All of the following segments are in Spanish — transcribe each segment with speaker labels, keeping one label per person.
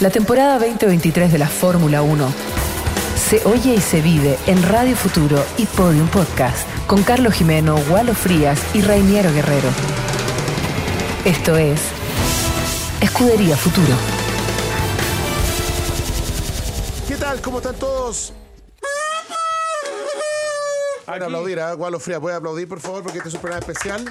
Speaker 1: La temporada 2023 de la Fórmula 1 se oye y se vive en Radio Futuro y Podium Podcast con Carlos Jimeno, Gualo Frías y Rainiero Guerrero. Esto es Escudería Futuro.
Speaker 2: ¿Qué tal? ¿Cómo están todos? Pueden aplaudir, ¿ah? Gualo Fría, pueden aplaudir, por favor, porque este es un programa especial.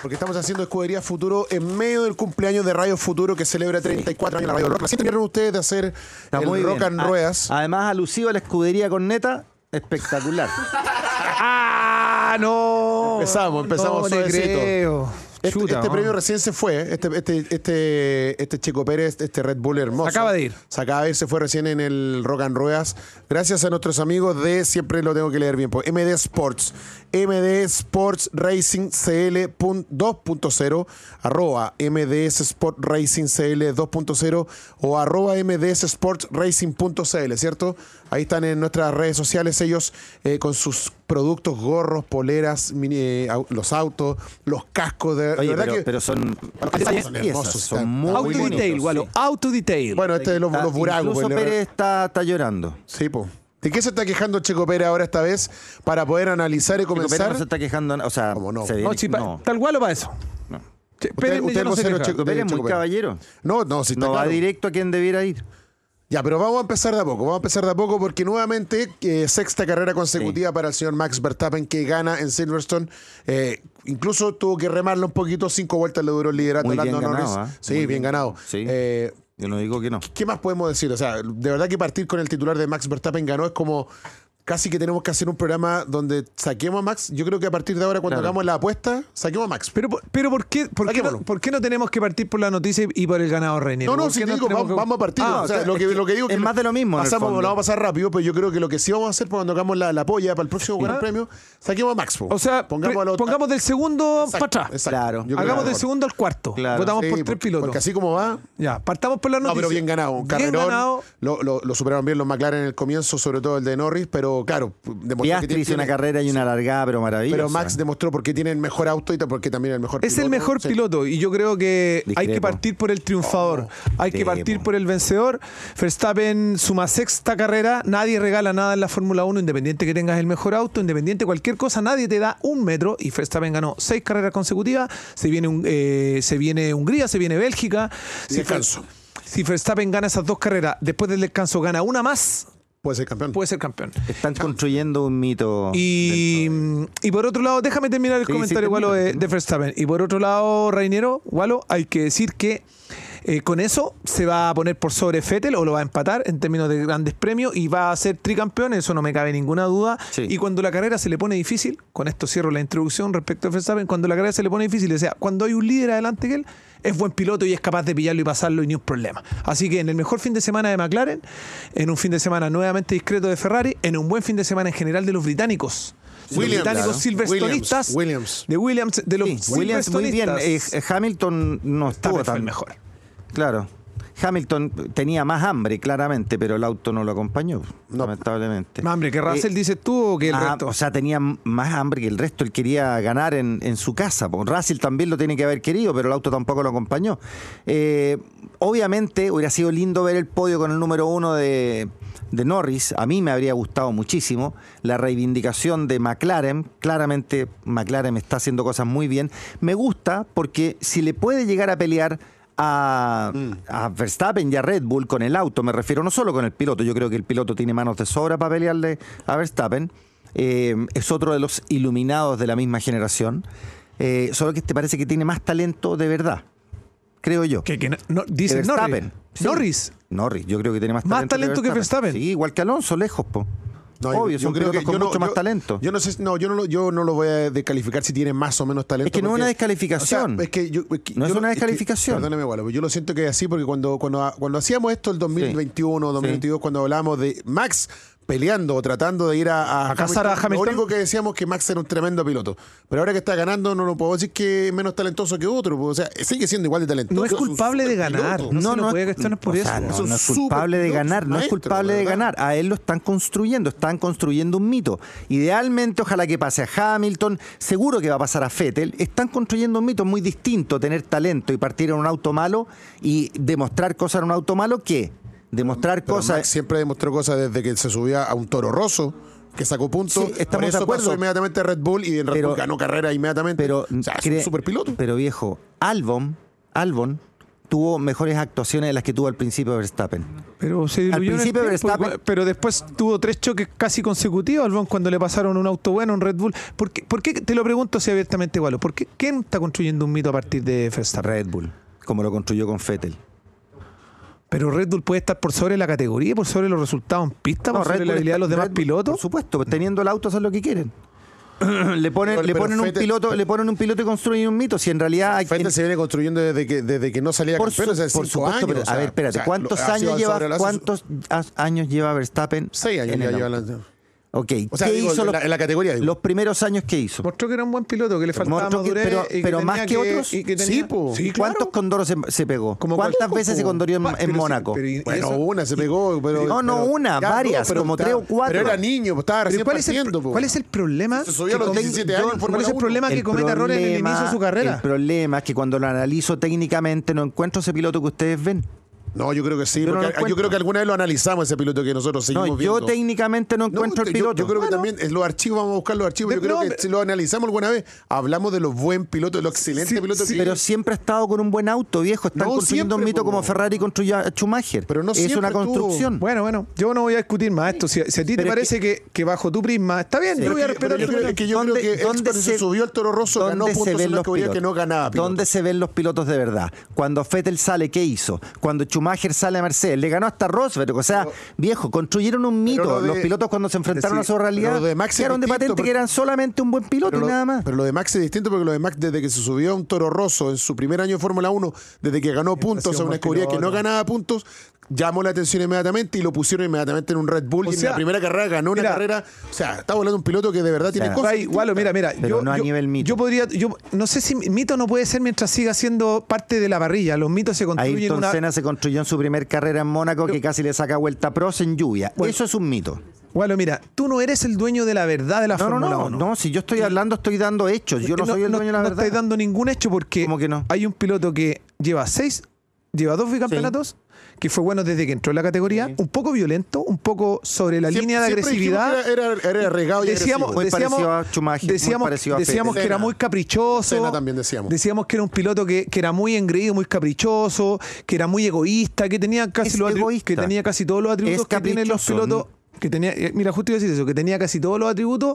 Speaker 2: Porque estamos haciendo Escudería Futuro en medio del cumpleaños de Radio Futuro que celebra 34 años la Radio Rock. Recién terminaron ustedes de hacer
Speaker 3: Está
Speaker 2: el
Speaker 3: muy
Speaker 2: Rock
Speaker 3: bien. Ah,
Speaker 2: and
Speaker 3: A-
Speaker 2: Ruedas.
Speaker 3: Además, alusivo a la escudería con neta, espectacular. ¡Ah, no!
Speaker 2: Empezamos, empezamos
Speaker 3: no le
Speaker 2: suavecito.
Speaker 3: creo.
Speaker 2: Este,
Speaker 3: Chuta,
Speaker 2: este
Speaker 3: ¿no?
Speaker 2: premio recién se fue, este, este, este, este Checo Pérez, este Red Bull hermoso.
Speaker 4: Acaba de ir.
Speaker 2: Se acaba de ir, se fue recién en el Rock and Ruedas. Gracias a nuestros amigos de, siempre lo tengo que leer bien, po, MD Sports, MD Sports Racing CL 2.0, arroba MDS Sport Racing CL 2.0 o arroba MDS Sports Racing.cl, ¿cierto? Ahí están en nuestras redes sociales ellos eh, con sus productos, gorros, poleras, mini- eh, au- los autos, los cascos de... de
Speaker 3: Oye,
Speaker 2: verdad
Speaker 3: pero,
Speaker 2: que-
Speaker 3: pero son,
Speaker 2: detalles
Speaker 3: son
Speaker 2: son hermosos,
Speaker 3: piezas,
Speaker 2: está-
Speaker 3: son muy
Speaker 2: está
Speaker 4: Auto
Speaker 3: bonitos,
Speaker 4: detail, Gualo.
Speaker 3: sí.
Speaker 4: Auto detail.
Speaker 2: Bueno, este de los,
Speaker 3: Está-
Speaker 2: los buragos.
Speaker 3: Incluso
Speaker 2: pues, le-
Speaker 3: Pérez está, está llorando.
Speaker 2: Sí, po. ¿De qué se está quejando Checo Pérez ahora esta vez para poder analizar y
Speaker 3: Pero Pérez
Speaker 2: comenzar?
Speaker 3: no se está quejando, o sea,
Speaker 2: ¿Cómo no?
Speaker 3: se ve-
Speaker 4: No, si pa-
Speaker 3: no.
Speaker 4: Tal Gualo para eso.
Speaker 3: no.
Speaker 4: Che,
Speaker 2: Usted-
Speaker 4: Pérez
Speaker 2: usted
Speaker 4: ya no
Speaker 2: es
Speaker 4: se
Speaker 2: vocero
Speaker 4: queja.
Speaker 2: Checo
Speaker 3: Pérez es muy
Speaker 2: Checo Pérez.
Speaker 3: caballero.
Speaker 2: No, no, si está
Speaker 3: No va
Speaker 2: claro.
Speaker 3: directo a quien debiera ir.
Speaker 2: Ya, pero vamos a empezar de a poco, vamos a empezar de a poco porque nuevamente eh, sexta carrera consecutiva para el señor Max Verstappen que gana en Silverstone. Eh, incluso tuvo que remarlo un poquito, cinco vueltas le duró el liderato
Speaker 3: Muy
Speaker 2: a Lando
Speaker 3: bien ganado,
Speaker 2: Norris.
Speaker 3: ¿ah?
Speaker 2: Sí,
Speaker 3: Muy
Speaker 2: bien,
Speaker 3: bien.
Speaker 2: ganado.
Speaker 3: Sí.
Speaker 2: Eh,
Speaker 3: Yo no digo que no.
Speaker 2: ¿Qué más podemos decir? O sea, de verdad que partir con el titular de Max Verstappen ganó es como casi que tenemos que hacer un programa donde saquemos a Max. Yo creo que a partir de ahora, cuando
Speaker 3: Claro.
Speaker 2: hagamos la apuesta, saquemos a Max.
Speaker 4: Pero, por- pero ¿por, qué, por, qué no,
Speaker 2: Saquémoslo.
Speaker 4: por qué no tenemos que partir por la noticia y- y por el ganador Reinier?
Speaker 2: No, no,
Speaker 4: Eh, ¿Por
Speaker 2: si
Speaker 4: qué
Speaker 2: te digo,
Speaker 4: tenemos
Speaker 2: vamos,
Speaker 4: que-
Speaker 2: vamos a partir.
Speaker 3: Ah,
Speaker 2: o sea,
Speaker 3: claro,
Speaker 2: lo, que,
Speaker 3: es que
Speaker 2: lo que digo
Speaker 3: es más de lo mismo en el
Speaker 2: Pasamos,
Speaker 3: fondo.
Speaker 2: lo vamos a pasar rápido, pero yo creo que lo que sí vamos a hacer cuando hagamos la, la polla para el próximo Gran Premio, saquemos a Max. po.
Speaker 4: O sea,
Speaker 2: Pongámoslo-
Speaker 4: pre- pongamos del segundo
Speaker 2: Exacto,
Speaker 4: para atrás.
Speaker 2: exacto.
Speaker 3: Claro.
Speaker 2: Yo creo
Speaker 4: Hagamos
Speaker 2: que
Speaker 4: del
Speaker 2: mejor.
Speaker 4: segundo al cuarto.
Speaker 3: Claro.
Speaker 4: Votamos
Speaker 2: Sí,
Speaker 4: por tres
Speaker 2: porque-
Speaker 4: pilotos.
Speaker 2: Porque así como va,
Speaker 4: Ya, partamos por la
Speaker 2: No,
Speaker 4: noticia.
Speaker 2: pero bien ganado. Un
Speaker 4: Bien
Speaker 2: carrerón.
Speaker 4: ganado.
Speaker 2: Lo, lo- lo superaron bien los McLaren en el comienzo, sobre todo el de Norris, pero claro, demostró
Speaker 3: Piastri hizo una
Speaker 2: tiene-
Speaker 3: carrera y una largada, pero maravillosa.
Speaker 2: Pero Max demostró por qué tiene el mejor auto y por qué también el mejor
Speaker 4: Es el mejor
Speaker 2: Sí.
Speaker 4: piloto y yo creo que hay
Speaker 3: Discrepo.
Speaker 4: que partir por el triunfador, hay que
Speaker 3: discrepo.
Speaker 4: partir por el vencedor. Verstappen suma sexta carrera, nadie regala nada en la Fórmula 1, independiente que tengas el mejor auto, independiente de cualquier cosa, nadie te da un metro y Verstappen ganó seis carreras consecutivas, se viene, un- eh, se viene Hungría, se viene Bélgica.
Speaker 2: Y
Speaker 4: Si
Speaker 2: descanso.
Speaker 4: Ver- Si Verstappen gana esas dos carreras, después del descanso gana una más,
Speaker 2: Puede ser campeón.
Speaker 4: puede ser campeón.
Speaker 3: Están construyendo un mito.
Speaker 4: Y, y por otro lado, déjame terminar el
Speaker 3: Sí, sí,
Speaker 4: comentario, Walo,
Speaker 3: termina,
Speaker 4: de,
Speaker 3: termina.
Speaker 4: de Verstappen. Y por otro lado, Reinero, Walo, hay que decir que eh, con eso se va a poner por sobre Fettel o lo va a empatar en términos de grandes premios y va a ser tricampeón, eso no me cabe ninguna duda.
Speaker 3: Sí.
Speaker 4: Y cuando la carrera se le pone difícil, con esto cierro la introducción respecto a Verstappen, cuando la carrera se le pone difícil, o sea, cuando hay un líder adelante que él, es buen piloto y es capaz de pillarlo y pasarlo y ni un problema. Así que en el mejor fin de semana de McLaren, en un fin de semana nuevamente discreto de Ferrari, en un buen fin de semana en general de los británicos. de
Speaker 2: Williams,
Speaker 4: los británicos
Speaker 2: claro.
Speaker 4: silverstonistas.
Speaker 2: Williams, Williams.
Speaker 4: De Williams, de los
Speaker 3: Sí, Williams muy bien. Eh,
Speaker 4: silverstonistas.
Speaker 3: Hamilton no estuvo
Speaker 4: Verstappen fue
Speaker 3: tan
Speaker 4: el mejor.
Speaker 3: Claro. Hamilton tenía más hambre, claramente, pero el auto no lo acompañó,
Speaker 2: No.
Speaker 3: lamentablemente.
Speaker 4: Más hambre que Russell,
Speaker 3: Eh,
Speaker 4: dices tú, o que el
Speaker 3: ah,
Speaker 4: resto.
Speaker 3: O sea, tenía m- más hambre que el resto. Él quería ganar en, en su casa. po. Russell también lo tiene que haber querido, pero el auto tampoco lo acompañó. Eh, obviamente, hubiera sido lindo ver el podio con el número uno de, de Norris. A mí me habría gustado muchísimo. La reivindicación de McLaren. Claramente, McLaren está haciendo cosas muy bien. Me gusta porque si le puede llegar a pelear. A, a Verstappen y a Red Bull con el auto, me refiero no solo con el piloto, yo creo que el piloto tiene manos de sobra para pelearle a Verstappen, eh, es otro de los iluminados de la misma generación. Eh, solo que te parece que tiene más talento de verdad, creo yo.
Speaker 4: que, que no- no- dicen
Speaker 3: Verstappen.
Speaker 4: Norris.
Speaker 3: Sí.
Speaker 4: Norris.
Speaker 3: Norris, yo creo que tiene más,
Speaker 4: Más talento que Verstappen.
Speaker 3: Sí, igual que Alonso, lejos, po.
Speaker 2: No, yo-
Speaker 3: Obvio,
Speaker 2: yo
Speaker 3: son
Speaker 2: creo
Speaker 3: pilotos
Speaker 2: que-
Speaker 3: con
Speaker 2: yo no-
Speaker 3: mucho más
Speaker 2: yo-
Speaker 3: talento.
Speaker 2: Yo no sé, no, yo no lo, yo no lo voy a descalificar si tiene más o menos talento.
Speaker 3: Es que no es
Speaker 2: porque-
Speaker 3: una descalificación.
Speaker 2: o sea, es que yo- es que
Speaker 3: No es
Speaker 2: yo
Speaker 3: una descalificación.
Speaker 2: que- perdóname, Gualo, pero yo lo siento que es así porque cuando, cuando, cuando hacíamos esto el 2021,
Speaker 3: Sí.
Speaker 2: 2022, cuando hablábamos de Max peleando o tratando de ir a,
Speaker 4: A cazar a Hamilton.
Speaker 2: Lo único que decíamos que Max era un tremendo piloto. Pero ahora que está ganando, no lo puedo decir que es menos talentoso que otro. pues, O sea, sigue siendo igual de talentoso.
Speaker 4: No es culpable de ganar.
Speaker 2: superpiloto.
Speaker 4: No, se lo puede cuestionar por
Speaker 3: o
Speaker 4: eso.
Speaker 3: sea, no,
Speaker 2: Es un
Speaker 3: no es
Speaker 2: súper
Speaker 3: culpable de
Speaker 2: piloto,
Speaker 3: ganar, no es
Speaker 2: maestro,
Speaker 3: culpable de
Speaker 2: ¿verdad?
Speaker 3: ganar. A él lo están construyendo, están construyendo un mito. Idealmente, ojalá que pase a Hamilton, seguro que va a pasar a Fettel. Están construyendo un mito muy distinto, tener talento y partir en un auto malo y demostrar cosas en un auto malo que demostrar
Speaker 2: Pero
Speaker 3: cosas.
Speaker 2: Max siempre demostró cosas desde que se subía a un toro roso, que sacó puntos.
Speaker 3: Sí, estamos
Speaker 2: Por eso
Speaker 3: de acuerdo.
Speaker 2: pasó inmediatamente a Red Bull y en Red
Speaker 3: Pero-
Speaker 2: Bull ganó carrera inmediatamente.
Speaker 3: Pero,
Speaker 2: o sea, es
Speaker 3: cre-
Speaker 2: un superpiloto.
Speaker 3: Pero viejo, Albon, Albon tuvo mejores actuaciones de las que tuvo al principio de Verstappen.
Speaker 4: Pero se diluyó
Speaker 3: Al
Speaker 4: en el
Speaker 3: principio
Speaker 4: tiempo,
Speaker 3: Verstappen-
Speaker 4: igual- pero después tuvo tres choques casi consecutivos Albon cuando le pasaron un auto bueno, un Red Bull. ¿Por qué, por qué te lo pregunto así abiertamente, Walo? ¿Por qué quién está construyendo un mito a partir de Verstappen?
Speaker 3: Red Bull, como lo construyó con Fettel.
Speaker 4: Pero Red Bull puede estar por sobre la categoría, por sobre los resultados en pista, por
Speaker 3: Red
Speaker 4: sobre la
Speaker 3: Bull
Speaker 4: habilidad de los
Speaker 3: está-
Speaker 4: demás
Speaker 3: Red Bull,
Speaker 4: pilotos.
Speaker 3: Por supuesto, teniendo el auto hacen lo que quieren. le ponen,
Speaker 2: Pero-
Speaker 3: le
Speaker 2: pero
Speaker 3: ponen un
Speaker 2: Vettel-
Speaker 3: piloto, le ponen un piloto y construyen un mito. Si en realidad hay
Speaker 2: Fettel
Speaker 3: quien-
Speaker 2: se viene construyendo desde que, desde que no salía
Speaker 3: por,
Speaker 2: campeón, hace
Speaker 3: su-
Speaker 2: cinco
Speaker 3: por supuesto,
Speaker 2: años,
Speaker 3: pero-
Speaker 2: o sea,
Speaker 3: a ver, espérate,
Speaker 2: o sea,
Speaker 3: ¿cuántos
Speaker 2: lo- ha sido
Speaker 3: años
Speaker 2: al
Speaker 3: lleva
Speaker 2: sobre la-
Speaker 3: cuántos as- años lleva Verstappen?
Speaker 2: Seis años
Speaker 3: en
Speaker 2: ya
Speaker 3: el
Speaker 2: lleva
Speaker 3: auto?
Speaker 2: la-
Speaker 3: Ok,
Speaker 2: O sea,
Speaker 3: ¿qué
Speaker 2: digo,
Speaker 3: hizo
Speaker 2: en
Speaker 3: los-
Speaker 2: la- en la categoría, digo.
Speaker 3: los primeros años que hizo?
Speaker 4: Mostró que era un buen piloto, que le faltaba
Speaker 3: Mostró que-
Speaker 4: madurez.
Speaker 3: pero-
Speaker 4: y
Speaker 3: pero más
Speaker 4: tenía
Speaker 3: que otros,
Speaker 4: y que tenía-
Speaker 2: sí, po.
Speaker 4: Sí, claro.
Speaker 3: ¿Cuántos condoros se, se pegó?
Speaker 4: Como
Speaker 3: ¿Cuántas
Speaker 4: cualquier
Speaker 3: veces se
Speaker 4: cupo.
Speaker 3: condorió en,
Speaker 4: Pa-
Speaker 3: en
Speaker 4: pero sí,
Speaker 3: Mónaco?
Speaker 4: pero y-
Speaker 2: Bueno,
Speaker 4: eso-
Speaker 2: una se pegó, pero.
Speaker 3: No, no,
Speaker 2: pero-
Speaker 3: una, varias, como tres o cuatro.
Speaker 2: Pero era niño, pues, estaba recién
Speaker 4: Pero ¿cuál, es el,
Speaker 2: partiendo, po.
Speaker 4: cuál es el problema?
Speaker 2: Se subió a
Speaker 4: que
Speaker 2: los
Speaker 4: comete-
Speaker 2: 17 años en
Speaker 4: ¿Cuál
Speaker 2: Fórmula
Speaker 4: es el
Speaker 2: 1?
Speaker 4: problema que cometa errores en el
Speaker 3: problema-
Speaker 4: inicio de su
Speaker 3: El
Speaker 4: carrera?
Speaker 3: problema es que cuando lo analizo técnicamente no encuentro ese piloto que ustedes ven.
Speaker 2: No, yo creo que sí.
Speaker 3: Yo no
Speaker 2: porque
Speaker 3: lo
Speaker 2: yo
Speaker 3: encuentro.
Speaker 2: creo que alguna vez lo analizamos ese piloto que nosotros
Speaker 3: No,
Speaker 2: seguimos viendo.
Speaker 3: yo técnicamente no
Speaker 2: No,
Speaker 3: encuentro el
Speaker 2: yo-
Speaker 3: piloto.
Speaker 2: Yo, creo que también en los archivos vamos a buscar los archivos. Yo
Speaker 4: No,
Speaker 2: creo que
Speaker 4: pero-
Speaker 2: si lo analizamos alguna vez, hablamos de los buen pilotos, de los excelentes pilotos este que
Speaker 3: Pero siempre ha estado con un buen auto, viejo. Están
Speaker 2: No
Speaker 3: construyendo un
Speaker 2: siempre,
Speaker 3: mito
Speaker 2: po.
Speaker 3: como Ferrari construyó a Schumacher.
Speaker 2: Pero no
Speaker 3: es una
Speaker 2: siempre tuvo-
Speaker 3: construcción.
Speaker 4: Bueno, bueno, yo no voy a discutir más esto. Si, si a ti te
Speaker 3: Pero es
Speaker 4: parece que, que bajo tu prisma está bien, yo voy a
Speaker 2: que-
Speaker 4: respetar
Speaker 2: pero yo
Speaker 4: tu
Speaker 2: creo
Speaker 4: opinión.
Speaker 2: que yo creo que Expo se subió al Toro Rosso, ganó
Speaker 3: dónde se
Speaker 2: puntos en
Speaker 3: ven
Speaker 2: una
Speaker 3: los
Speaker 2: categoría que
Speaker 3: pilotos?
Speaker 2: no ganaba pilotos.
Speaker 3: ¿Dónde se ven los pilotos de verdad? Cuando Fettel sale, ¿qué hizo? Cuando Schumacher sale a Mercedes, le ganó hasta Rosberg. O sea, viejo, construyeron un mito.
Speaker 2: lo de-
Speaker 3: los pilotos cuando se enfrentaron
Speaker 2: decir,
Speaker 3: a su
Speaker 2: pero
Speaker 3: realidad,
Speaker 2: lo de Max es
Speaker 3: quedaron de
Speaker 2: distinto,
Speaker 3: patente que
Speaker 2: porque-
Speaker 3: eran solamente un buen piloto
Speaker 2: pero lo,
Speaker 3: y nada más.
Speaker 2: pero lo de Max es distinto porque lo de Max, desde que se subió a un toro rosso en su primer año de Fórmula 1, desde que ganó puntos a
Speaker 4: sido un
Speaker 2: una
Speaker 4: buen
Speaker 2: escudería que no
Speaker 4: piloto.
Speaker 2: ganaba puntos, llamó la atención inmediatamente y lo pusieron inmediatamente en un Red Bull.
Speaker 4: O
Speaker 2: y en
Speaker 4: sea,
Speaker 2: la primera carrera ganó una
Speaker 4: mira,
Speaker 2: carrera. O sea, estamos hablando de un piloto que de verdad tiene
Speaker 3: sea,
Speaker 2: cosas.
Speaker 4: Ray, Walo, mira, mira,
Speaker 3: Pero
Speaker 4: yo,
Speaker 3: no a
Speaker 4: yo-
Speaker 3: nivel mito.
Speaker 4: yo podría, yo no sé si mito no puede ser mientras siga siendo parte de la parrilla. Los mitos se construyen
Speaker 3: Ayrton
Speaker 4: una.
Speaker 3: Senna se construyó en su primer carrera en Mónaco que casi le saca vuelta a pros en lluvia. Eso es un mito.
Speaker 4: Walo, mira, tú no eres el dueño de la verdad de la
Speaker 3: No, no,
Speaker 4: Fórmula
Speaker 3: no,
Speaker 4: 1.
Speaker 3: no. Si yo estoy hablando, estoy dando hechos. Yo no, soy el dueño de la
Speaker 4: Eh, no
Speaker 3: verdad.
Speaker 4: estáis dando ningún hecho porque
Speaker 3: ¿Cómo que no?
Speaker 4: hay un piloto que lleva seis, lleva dos bicampeonatos, que fue bueno desde que entró en la categoría, un poco violento, un poco sobre la
Speaker 2: Siempre-
Speaker 4: línea de
Speaker 2: siempre dijimos
Speaker 4: agresividad.
Speaker 2: que Era, era, era arriesgado y
Speaker 4: Decíamos,
Speaker 2: agresivo.
Speaker 3: Muy
Speaker 4: decíamos,
Speaker 3: parecido a Schumacher, muy
Speaker 4: decíamos,
Speaker 3: parecido a
Speaker 4: decíamos
Speaker 2: Vettel.
Speaker 4: que era muy caprichoso.
Speaker 2: Senna también decíamos.
Speaker 4: que era un piloto que, que era muy engreído, muy caprichoso, que era muy egoísta, que tenía casi,
Speaker 3: Es
Speaker 4: los atri-
Speaker 3: egoísta.
Speaker 4: que tenía casi todos los atributos
Speaker 3: Es
Speaker 4: que tienen los
Speaker 3: caprichoso,
Speaker 4: pilotos. Que tenía, eh, mira, justo iba a decir eso, que tenía casi todos los atributos,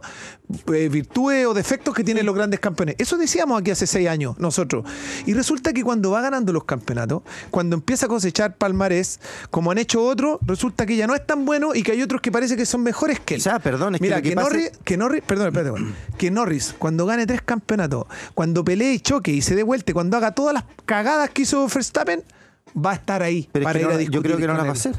Speaker 4: eh, virtudes o defectos que tienen los grandes campeones. Eso decíamos aquí hace seis años nosotros. Y resulta que cuando va ganando los campeonatos, cuando empieza a cosechar palmarés, como han hecho otros, resulta que ya no es tan bueno y que hay otros que parece que son mejores que él.
Speaker 3: O sea, perdón, es que
Speaker 4: Mira,
Speaker 3: lo que
Speaker 4: que,
Speaker 3: pasa-
Speaker 4: Norris, que Norris, perdón, espérate, bueno, que Norris, cuando gane tres campeonatos, cuando pelee y choque y se dé vuelta, cuando haga todas las cagadas que hizo Verstappen, va a estar ahí
Speaker 3: Pero es
Speaker 4: para
Speaker 3: que no-
Speaker 4: ir a
Speaker 3: yo
Speaker 4: discutir
Speaker 3: creo que no las
Speaker 4: con
Speaker 3: va a
Speaker 4: él.
Speaker 3: hacer.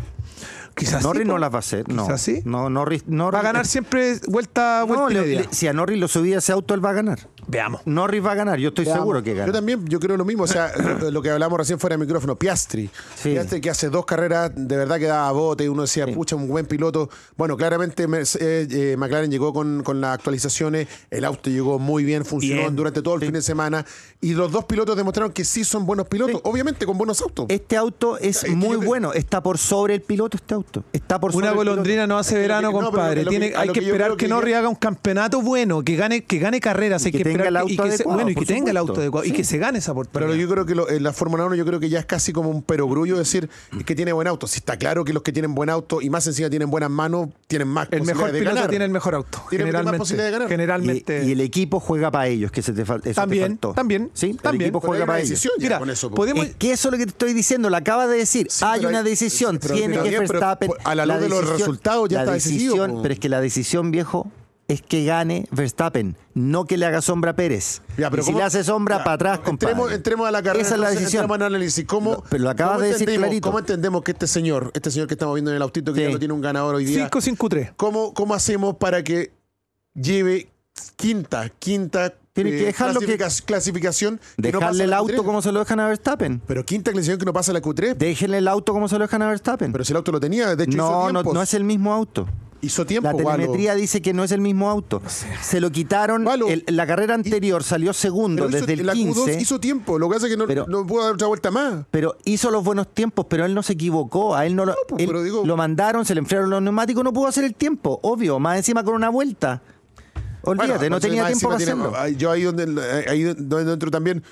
Speaker 4: Quizás sí,
Speaker 3: Norris
Speaker 4: po.
Speaker 3: no las va a hacer. No.
Speaker 4: Quizás sí.
Speaker 3: No, Norris, Norris
Speaker 4: Va a ganar siempre vuelta,
Speaker 3: No,
Speaker 4: vuelta y
Speaker 3: le-
Speaker 4: media.
Speaker 3: le- si a Norris lo subía ese auto, él va a ganar.
Speaker 4: Veamos.
Speaker 3: Norris va a ganar, yo estoy seguro que
Speaker 2: Yo
Speaker 3: gana.
Speaker 2: también, yo creo lo mismo. O sea, lo lo que hablamos recién fuera de micrófono, Piastri.
Speaker 3: Sí.
Speaker 2: Piastri que hace dos carreras de verdad que daba bote y uno decía, pucha, un buen piloto. Bueno, claramente Merce- eh, eh, McLaren llegó con, con las actualizaciones, el auto llegó muy bien, funcionó
Speaker 4: Bien.
Speaker 2: durante todo el fin de semana y los dos pilotos demostraron que sí son buenos pilotos, obviamente con buenos autos.
Speaker 3: Este auto es
Speaker 2: que
Speaker 3: muy
Speaker 2: yo creo-
Speaker 3: bueno, está por sobre el piloto este auto. Está por sobre
Speaker 4: Una
Speaker 3: el piloto.
Speaker 4: golondrina no hace
Speaker 2: que-
Speaker 4: verano,
Speaker 2: no, pero
Speaker 4: compadre.
Speaker 2: lo que-
Speaker 4: Tiene-
Speaker 2: a
Speaker 4: hay
Speaker 2: lo
Speaker 4: que
Speaker 2: que yo
Speaker 4: esperar
Speaker 2: creo
Speaker 4: que
Speaker 2: que
Speaker 4: Norris
Speaker 2: ya-
Speaker 4: haga un campeonato bueno, que gane, que gane carreras, hay que,
Speaker 3: que tenga
Speaker 4: esperar
Speaker 3: el
Speaker 4: que- y
Speaker 3: auto
Speaker 4: que se-
Speaker 3: adecuado,
Speaker 4: bueno, y que
Speaker 3: por
Speaker 4: tenga el
Speaker 3: supuesto.
Speaker 4: auto adecuado y
Speaker 3: Sí.
Speaker 4: que se gane esa oportunidad.
Speaker 2: Pero yo creo que lo- en la Fórmula 1 yo creo que ya es casi como un perogrullo decir que tiene buen auto. Si está claro que los que tienen buen auto y más encima tienen buenas manos, tienen más
Speaker 4: el mejor
Speaker 2: posibilidades de
Speaker 4: piloto
Speaker 2: ganar.
Speaker 4: tiene el mejor auto.
Speaker 2: Tiene más
Speaker 4: generalmente,
Speaker 2: posibilidades de ganar.
Speaker 3: Y,
Speaker 4: generalmente.
Speaker 3: y el equipo juega para ellos, que se te fal- eso te
Speaker 4: También,
Speaker 3: faltó.
Speaker 4: también,
Speaker 3: Sí, el
Speaker 4: también.
Speaker 3: equipo
Speaker 2: Pero hay
Speaker 3: juega
Speaker 2: una
Speaker 3: para ellos.
Speaker 2: decisión ya
Speaker 4: Mira,
Speaker 2: con eso. pues. po.
Speaker 4: podemos-
Speaker 3: Es que eso es lo que te estoy diciendo, lo acabas de decir.
Speaker 2: Sí,
Speaker 3: hay
Speaker 2: pero
Speaker 3: una
Speaker 2: hay-
Speaker 3: decisión,
Speaker 2: pero
Speaker 3: tiene
Speaker 2: está
Speaker 3: que
Speaker 2: bien, pero
Speaker 3: Verstappen.
Speaker 2: a la luz de los resultados ya
Speaker 3: la
Speaker 2: está decidido,
Speaker 3: decisión,
Speaker 2: po.
Speaker 3: Pero es que la decisión, viejo, es que gane Verstappen, no que le haga sombra a Pérez.
Speaker 2: Ya, pero
Speaker 3: Y si
Speaker 2: ¿cómo-
Speaker 3: le hace sombra,
Speaker 2: Ya,
Speaker 3: para atrás, compadre.
Speaker 2: entremos, entremos a la carrera.
Speaker 3: Esa es la
Speaker 2: entonces,
Speaker 3: decisión.
Speaker 2: entremos al análisis. ¿Cómo,
Speaker 3: Lo- pero lo acabas
Speaker 2: cómo
Speaker 3: de decir
Speaker 2: entendemos-
Speaker 3: clarito.
Speaker 2: ¿Cómo entendemos que este señor, este señor que estamos viendo en el autito, que
Speaker 3: Sí.
Speaker 2: ya lo tiene un ganador hoy día,
Speaker 4: 5-5-3.
Speaker 2: ¿cómo, cómo hacemos para que lleve quinta, quinta
Speaker 3: Tiene que dejarlo que-
Speaker 2: clasifica- clasificación? que no pase
Speaker 3: Dejarle el
Speaker 2: la
Speaker 3: auto
Speaker 2: Q3?
Speaker 3: como se lo dejan a Verstappen.
Speaker 2: Pero quinta clasificación que no pasa la Q3.
Speaker 3: Déjenle el auto como se lo dejan a Verstappen.
Speaker 2: Pero si el auto lo tenía, de hecho
Speaker 3: no,
Speaker 2: hizo
Speaker 3: no,
Speaker 2: tiempos.
Speaker 3: no es el mismo auto.
Speaker 2: Hizo tiempo,
Speaker 3: La
Speaker 2: Gualo.
Speaker 3: telemetría dice que no es el mismo auto. Se lo quitaron.
Speaker 2: Gualo,
Speaker 3: el- la carrera anterior salió segundo
Speaker 2: Pero hizo-
Speaker 3: desde el
Speaker 2: la
Speaker 3: 15.
Speaker 2: Q2 hizo tiempo. Lo que hace es que no,
Speaker 3: Pero-
Speaker 2: no pudo dar otra vuelta más.
Speaker 3: Pero hizo los buenos tiempos, pero él no se equivocó. A él no lo,
Speaker 2: pues,
Speaker 3: él
Speaker 2: pero digo-
Speaker 3: lo mandaron, se le enfriaron los neumáticos, no pudo hacer el tiempo, obvio. Más encima con una vuelta. Olvídate,
Speaker 2: Bueno,
Speaker 3: no
Speaker 2: entonces,
Speaker 3: tenía
Speaker 2: más
Speaker 3: tiempo para
Speaker 2: encima
Speaker 3: hacerlo.
Speaker 2: tiene- ahí- Yo ahí donde, ahí donde entro también.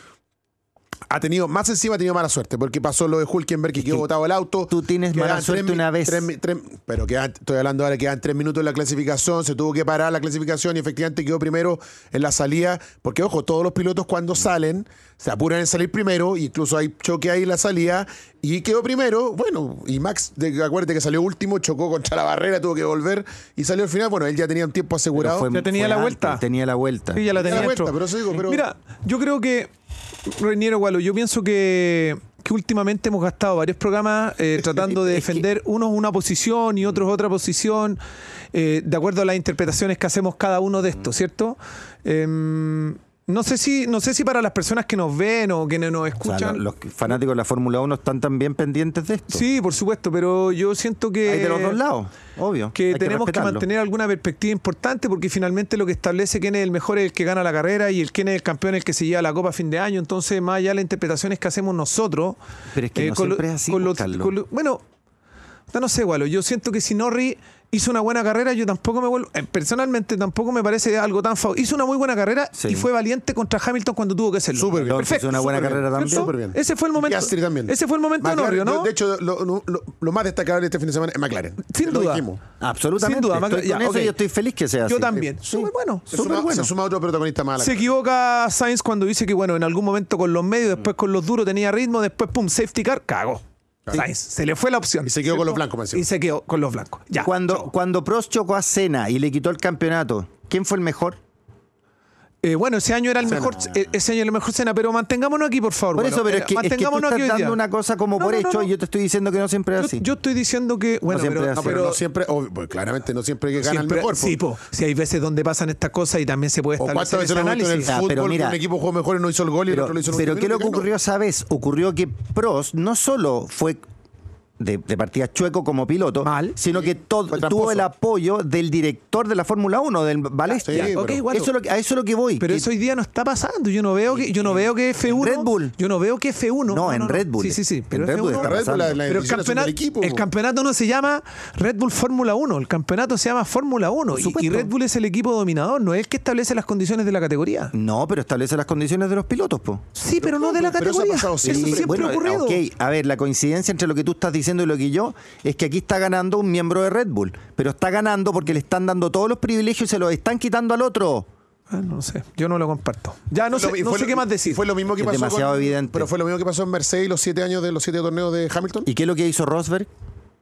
Speaker 2: Ha tenido, más encima ha tenido mala suerte, porque pasó lo de Hulkenberg que quedó botado el auto.
Speaker 3: tú tienes
Speaker 2: Quedaban
Speaker 3: mala suerte
Speaker 2: tres mi-
Speaker 3: una vez.
Speaker 2: tres mi- tres- pero quedan, estoy hablando ahora, quedan tres minutos en la clasificación, se tuvo que parar la clasificación y efectivamente quedó primero en la salida. Porque, ojo, todos los pilotos cuando salen, se apuran en salir primero, incluso hay choque ahí en la salida, y quedó primero. Bueno, y Max, de, acuérdate que salió último, chocó contra la barrera, tuvo que volver y salió al final. Bueno, él ya tenía un tiempo asegurado.
Speaker 3: Fue-
Speaker 4: Ya tenía
Speaker 3: fue
Speaker 4: la
Speaker 3: antes,
Speaker 4: vuelta.
Speaker 3: Tenía la vuelta.
Speaker 4: Sí, ya la
Speaker 2: Ya la
Speaker 4: tenía
Speaker 2: vuelta,
Speaker 4: hecho.
Speaker 2: pero eso digo, pero-
Speaker 4: Mira, yo creo que, Reiniero Gualo, yo pienso que, que últimamente hemos gastado varios programas eh, tratando de defender unos una posición y otros otra posición, eh, de acuerdo a las interpretaciones que hacemos cada uno de
Speaker 3: Mm.
Speaker 4: estos, ¿cierto? Em, no sé si, no sé si para las personas que nos ven o que no- nos
Speaker 3: O sea,
Speaker 4: escuchan.
Speaker 3: lo- los fanáticos de la Fórmula 1 están también pendientes de esto.
Speaker 4: Sí, por supuesto, pero yo siento que.
Speaker 3: Hay de los dos lados, obvio.
Speaker 4: que
Speaker 3: Hay
Speaker 4: tenemos que,
Speaker 3: respetarlo.
Speaker 4: mantener alguna perspectiva importante porque finalmente lo que establece quién es el mejor es el que gana la carrera y el quién es el campeón es el que se lleva la copa a fin de año. Entonces, más allá de las interpretaciones que hacemos nosotros. eh,
Speaker 3: Pero es que no siempre es así, pues, Carlos.
Speaker 4: con lo- Bueno, no, no sé, Gualo. Yo siento que si Norri hizo una buena carrera, yo tampoco me vuelvo. eh, Personalmente, tampoco me parece algo tan favorable. Hizo una muy buena carrera
Speaker 3: Sí.
Speaker 4: y fue valiente contra Hamilton cuando tuvo que hacerlo.
Speaker 2: Súper bien.
Speaker 3: Perfecto,
Speaker 4: Perfecto.
Speaker 3: hizo una buena
Speaker 2: súper
Speaker 3: carrera
Speaker 2: bien,
Speaker 3: también.
Speaker 2: súper bien.
Speaker 4: Ese fue el
Speaker 2: Y
Speaker 4: momento.
Speaker 2: Piastri también.
Speaker 4: Ese fue el momento de
Speaker 2: McLaren,
Speaker 4: Norrio, ¿no?
Speaker 2: De hecho, lo, lo- lo- lo más destacable de este fin de semana es McLaren.
Speaker 4: Sin
Speaker 2: Lo
Speaker 4: duda.
Speaker 2: dijimos.
Speaker 3: Absolutamente.
Speaker 4: Sin duda,
Speaker 3: Estoy
Speaker 4: Macri- ya,
Speaker 3: con eso
Speaker 4: ok.
Speaker 3: y yo estoy feliz que sea así.
Speaker 4: Yo también. Súper bueno.
Speaker 2: Se,
Speaker 4: súper
Speaker 2: suma,
Speaker 4: bueno.
Speaker 2: se suma otro protagonista más. a la
Speaker 4: Se equivoca Sainz cuando dice que, bueno, en algún momento con los medios,
Speaker 2: Mm.
Speaker 4: después con los duros tenía ritmo, después, pum, safety car, cagó. Sainz, se le fue la opción.
Speaker 2: Y se quedó con los blancos, me decía.
Speaker 4: Y se quedó con los blancos. Ya.
Speaker 3: Cuando,
Speaker 4: chao.
Speaker 3: cuando Prost chocó a Senna y le quitó el campeonato, ¿quién fue el mejor?
Speaker 4: Eh, bueno, ese año era el mejor, eh, ese año era el mejor cena, pero mantengámonos aquí, por favor.
Speaker 3: Por
Speaker 4: bueno,
Speaker 3: eso, pero
Speaker 4: eh,
Speaker 3: es que, es que tú
Speaker 4: mantengámonos
Speaker 3: estás
Speaker 4: aquí hoy
Speaker 3: dando
Speaker 4: día.
Speaker 3: una cosa como
Speaker 4: No,
Speaker 3: por
Speaker 4: no, no,
Speaker 3: hecho
Speaker 4: no.
Speaker 3: y yo te estoy diciendo que no siempre es
Speaker 4: Yo,
Speaker 3: así.
Speaker 4: yo estoy diciendo que, bueno,
Speaker 3: siempre
Speaker 4: pero,
Speaker 3: es
Speaker 2: No,
Speaker 3: así.
Speaker 2: pero, no siempre, obvio, pues, claramente, no siempre que gana
Speaker 4: siempre-
Speaker 2: el mejor.
Speaker 4: sí,
Speaker 2: po.
Speaker 4: po, si hay veces donde pasan estas cosas y también se puede
Speaker 2: o
Speaker 4: establecer
Speaker 2: cuántas veces
Speaker 4: ese
Speaker 2: lo hemos visto en el
Speaker 4: análisis.
Speaker 3: Ah,
Speaker 2: fútbol
Speaker 3: pero mira.
Speaker 2: que un equipo jugó mejor y no hizo el gol y el
Speaker 3: pero
Speaker 2: otro lo hizo en
Speaker 3: pero
Speaker 2: un
Speaker 3: ¿qué es lo que
Speaker 2: minuto y ganó?
Speaker 3: ocurrió esa vez? Ocurrió que Prost no solo fue de, de partida chueco como piloto,
Speaker 4: Mal.
Speaker 3: sino que todo-
Speaker 2: Fue tramposo.
Speaker 3: tuvo el apoyo del director de la Fórmula 1, del Balestia.
Speaker 2: Sí,
Speaker 4: Ok,
Speaker 2: pero-
Speaker 4: Gualo.
Speaker 3: Eso es lo que- a eso es lo que voy.
Speaker 4: Pero
Speaker 3: que-
Speaker 4: eso hoy día no está pasando. Yo no veo que, yo no veo que F1.
Speaker 3: Red Bull.
Speaker 4: Yo no veo que F1.
Speaker 3: No, en Red Bull.
Speaker 4: Sí, sí, sí.
Speaker 3: En
Speaker 4: Pero
Speaker 3: Red Bull
Speaker 4: F1
Speaker 3: está
Speaker 2: Red Bull, la,
Speaker 3: pasando.
Speaker 2: la
Speaker 4: Pero el
Speaker 2: decisión es
Speaker 4: campeonato,
Speaker 2: del equipo.
Speaker 4: el
Speaker 2: po.
Speaker 4: campeonato no se llama Red Bull Fórmula 1, el campeonato se llama Fórmula 1 y,
Speaker 3: supuesto.
Speaker 4: y Red Bull es el equipo dominador, no es el que establece las condiciones de la categoría.
Speaker 3: No, pero establece las condiciones de los pilotos, po.
Speaker 4: Sí, pero no de la
Speaker 2: pero eso ha
Speaker 4: categoría.
Speaker 2: pasado
Speaker 4: eso
Speaker 2: siempre.
Speaker 4: siempre
Speaker 3: bueno,
Speaker 4: ha ocurrido.
Speaker 3: ok, a ver, la coincidencia entre lo que tú estás diciendo y lo que yo es que aquí está ganando un miembro de Red Bull, pero está ganando porque le están dando todos los privilegios y se los están quitando al otro.
Speaker 4: Ah, no sé, yo no lo comparto. Ya no
Speaker 2: Fue lo-
Speaker 4: sé,
Speaker 2: y
Speaker 4: no
Speaker 2: fue
Speaker 4: sé
Speaker 2: lo-
Speaker 4: qué más decir.
Speaker 2: Fue lo mismo que
Speaker 3: Es
Speaker 2: pasó.
Speaker 3: demasiado
Speaker 2: con-
Speaker 3: evidente.
Speaker 2: Pero fue lo mismo que pasó en Mercedes los siete años de los siete torneos de Hamilton.
Speaker 3: ¿Y qué es lo que hizo Rosberg?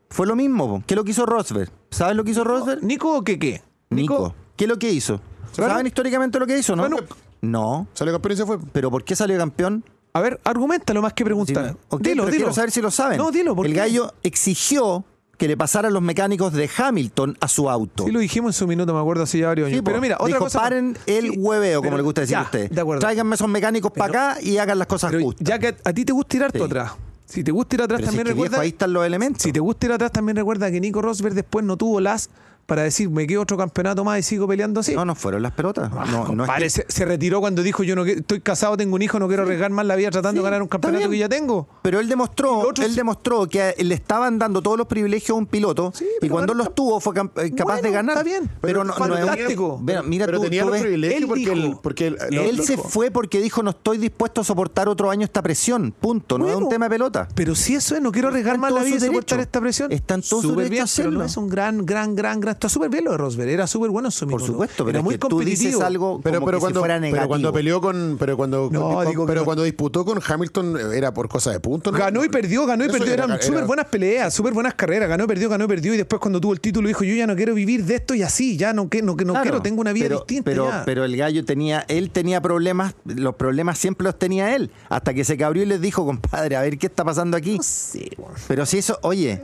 Speaker 3: Fue lo mismo, po. ¿qué es lo que hizo Rosberg? ¿Sabes lo que hizo Rosberg?
Speaker 4: Nico o qué qué?
Speaker 3: Nico. ¿Qué es lo que hizo?
Speaker 2: Claro.
Speaker 3: ¿Saben históricamente lo que hizo, no?
Speaker 2: Bueno.
Speaker 3: No.
Speaker 2: Salió campeón y se fue.
Speaker 3: ¿Pero por qué salió campeón?
Speaker 4: A ver, argumenta lo más que
Speaker 3: Si
Speaker 4: preguntar.
Speaker 3: no- ok,
Speaker 4: dilo,
Speaker 3: pero
Speaker 4: dilo.
Speaker 3: Quiero saber si lo saben.
Speaker 4: No, dilo. ¿por
Speaker 3: El
Speaker 4: qué?
Speaker 3: gallo exigió que le pasaran los mecánicos de Hamilton a su auto.
Speaker 4: Sí, lo dijimos en su minuto, me acuerdo, hace ya varios
Speaker 3: Sí,
Speaker 4: años.
Speaker 3: po.
Speaker 4: pero mira, otra
Speaker 3: Dijo,
Speaker 4: cosa.
Speaker 3: paren el
Speaker 4: Sí,
Speaker 3: hueveo, como
Speaker 4: pero
Speaker 3: le gusta decir
Speaker 4: ya,
Speaker 3: a usted.
Speaker 4: De acuerdo.
Speaker 3: Tráiganme esos mecánicos para acá y hagan las cosas
Speaker 4: Pero
Speaker 3: justas.
Speaker 4: ya que a, a ti te gusta ir harto
Speaker 3: Sí.
Speaker 4: atrás. Si te gusta ir atrás,
Speaker 3: Pero si
Speaker 4: también
Speaker 3: es que,
Speaker 4: recuerda.
Speaker 3: viejo, ahí están los elementos.
Speaker 4: Si te gusta ir atrás, también recuerda que Nico Rosberg después no tuvo las para decir, me quedo otro campeonato más y sigo peleando así.
Speaker 3: No, no fueron las pelotas.
Speaker 4: Ah,
Speaker 3: No, no es
Speaker 4: compadre,
Speaker 3: que-
Speaker 4: se, se retiró cuando dijo, yo no que- estoy casado, tengo un hijo, no quiero arriesgar más la vida tratando
Speaker 3: Sí,
Speaker 4: de ganar un
Speaker 3: está
Speaker 4: campeonato
Speaker 3: bien.
Speaker 4: que ya tengo.
Speaker 3: Pero él
Speaker 4: Y lo
Speaker 3: demostró,
Speaker 4: otro
Speaker 3: él
Speaker 4: sí.
Speaker 3: demostró que le estaban dando todos los privilegios a un piloto
Speaker 4: Sí,
Speaker 3: y
Speaker 4: pero
Speaker 3: cuando
Speaker 4: bueno,
Speaker 3: los tuvo fue cam- eh, capaz
Speaker 4: bueno,
Speaker 3: de ganar.
Speaker 4: está bien.
Speaker 3: pero
Speaker 4: Pero
Speaker 3: no, no es un-
Speaker 4: fantástico. eh,
Speaker 3: Mira, mira
Speaker 2: pero
Speaker 3: tú,
Speaker 2: tenía
Speaker 3: tú
Speaker 2: los
Speaker 3: ves,
Speaker 2: privilegios
Speaker 4: él
Speaker 2: porque,
Speaker 4: dijo.
Speaker 2: el- porque el- lo-
Speaker 3: él
Speaker 2: lo-
Speaker 3: se fue porque dijo no estoy dispuesto a soportar otro año esta presión. Punto. No es
Speaker 4: Bueno,
Speaker 3: un tema de pelota.
Speaker 4: Pero si eso es, no quiero arriesgar
Speaker 3: en
Speaker 4: más la
Speaker 3: todo
Speaker 4: vida y
Speaker 3: su
Speaker 4: soportar
Speaker 3: derecho.
Speaker 4: esta presión.
Speaker 3: Está en todo su
Speaker 4: Súper
Speaker 3: derecho
Speaker 4: bien, pero
Speaker 3: hacerlo.
Speaker 4: no es un gran, gran, gran, gran. está súper bien lo de Rosberg, era súper bueno en su
Speaker 3: Por
Speaker 4: minuto.
Speaker 3: supuesto, pero
Speaker 4: era
Speaker 3: es
Speaker 4: muy
Speaker 3: que tú
Speaker 4: competitivo.
Speaker 3: dices algo
Speaker 2: Pero,
Speaker 3: como
Speaker 2: pero,
Speaker 3: que
Speaker 2: cuando,
Speaker 3: si fuera negativo.
Speaker 2: pero cuando peleó con. Pero cuando,
Speaker 4: No,
Speaker 2: con-
Speaker 4: digo que
Speaker 2: pero
Speaker 4: no.
Speaker 2: cuando disputó con Hamilton eh, era por cosa de puntos. ¿no?
Speaker 4: Ganó y perdió, ganó y
Speaker 2: Eso
Speaker 4: perdió.
Speaker 2: era-
Speaker 4: Eran
Speaker 2: era-
Speaker 4: súper buenas peleas, súper buenas carreras. Ganó, perdió, ganó, perdió. Y después cuando tuvo el título dijo, yo ya no quiero vivir de esto y así, ya no, que- no, que- no
Speaker 3: Claro,
Speaker 4: quiero, tengo una vida
Speaker 3: pero,
Speaker 4: distinta.
Speaker 3: Pero,
Speaker 4: ya".
Speaker 3: pero el gallo tenía, él tenía problemas, los problemas siempre los tenía él, hasta que se cabrió y les dijo, compadre, a ver qué está pasando aquí.
Speaker 4: No sé, weón.
Speaker 3: Pero si eso, oye,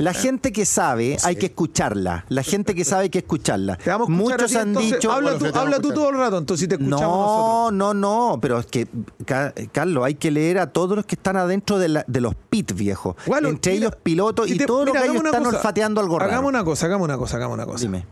Speaker 3: la gente que sabe hay que escucharla, la gente que sabe hay que escucharla.
Speaker 4: Te vamos a escuchar a
Speaker 3: Muchos
Speaker 4: ti,
Speaker 3: han
Speaker 4: entonces,
Speaker 3: dicho,
Speaker 4: Habla
Speaker 2: Bueno,
Speaker 4: tú,
Speaker 2: te vamos a
Speaker 4: habla tú
Speaker 2: escuchar.
Speaker 4: todo el rato, entonces si te escuchamos
Speaker 3: No,
Speaker 4: nosotros.
Speaker 3: no, no, pero es que, Ca- Carlos, hay que leer a todos los que están adentro de, la- de los pits, viejo.
Speaker 4: Bueno,
Speaker 3: Entre
Speaker 4: mira,
Speaker 3: ellos pilotos y,
Speaker 4: te-
Speaker 3: todos
Speaker 4: mira,
Speaker 3: los gallos
Speaker 4: hagamos una
Speaker 3: están
Speaker 4: cosa.
Speaker 3: olfateando algo raro.
Speaker 4: Hagamos una cosa, hagamos una cosa, hagamos una cosa.
Speaker 3: Dime.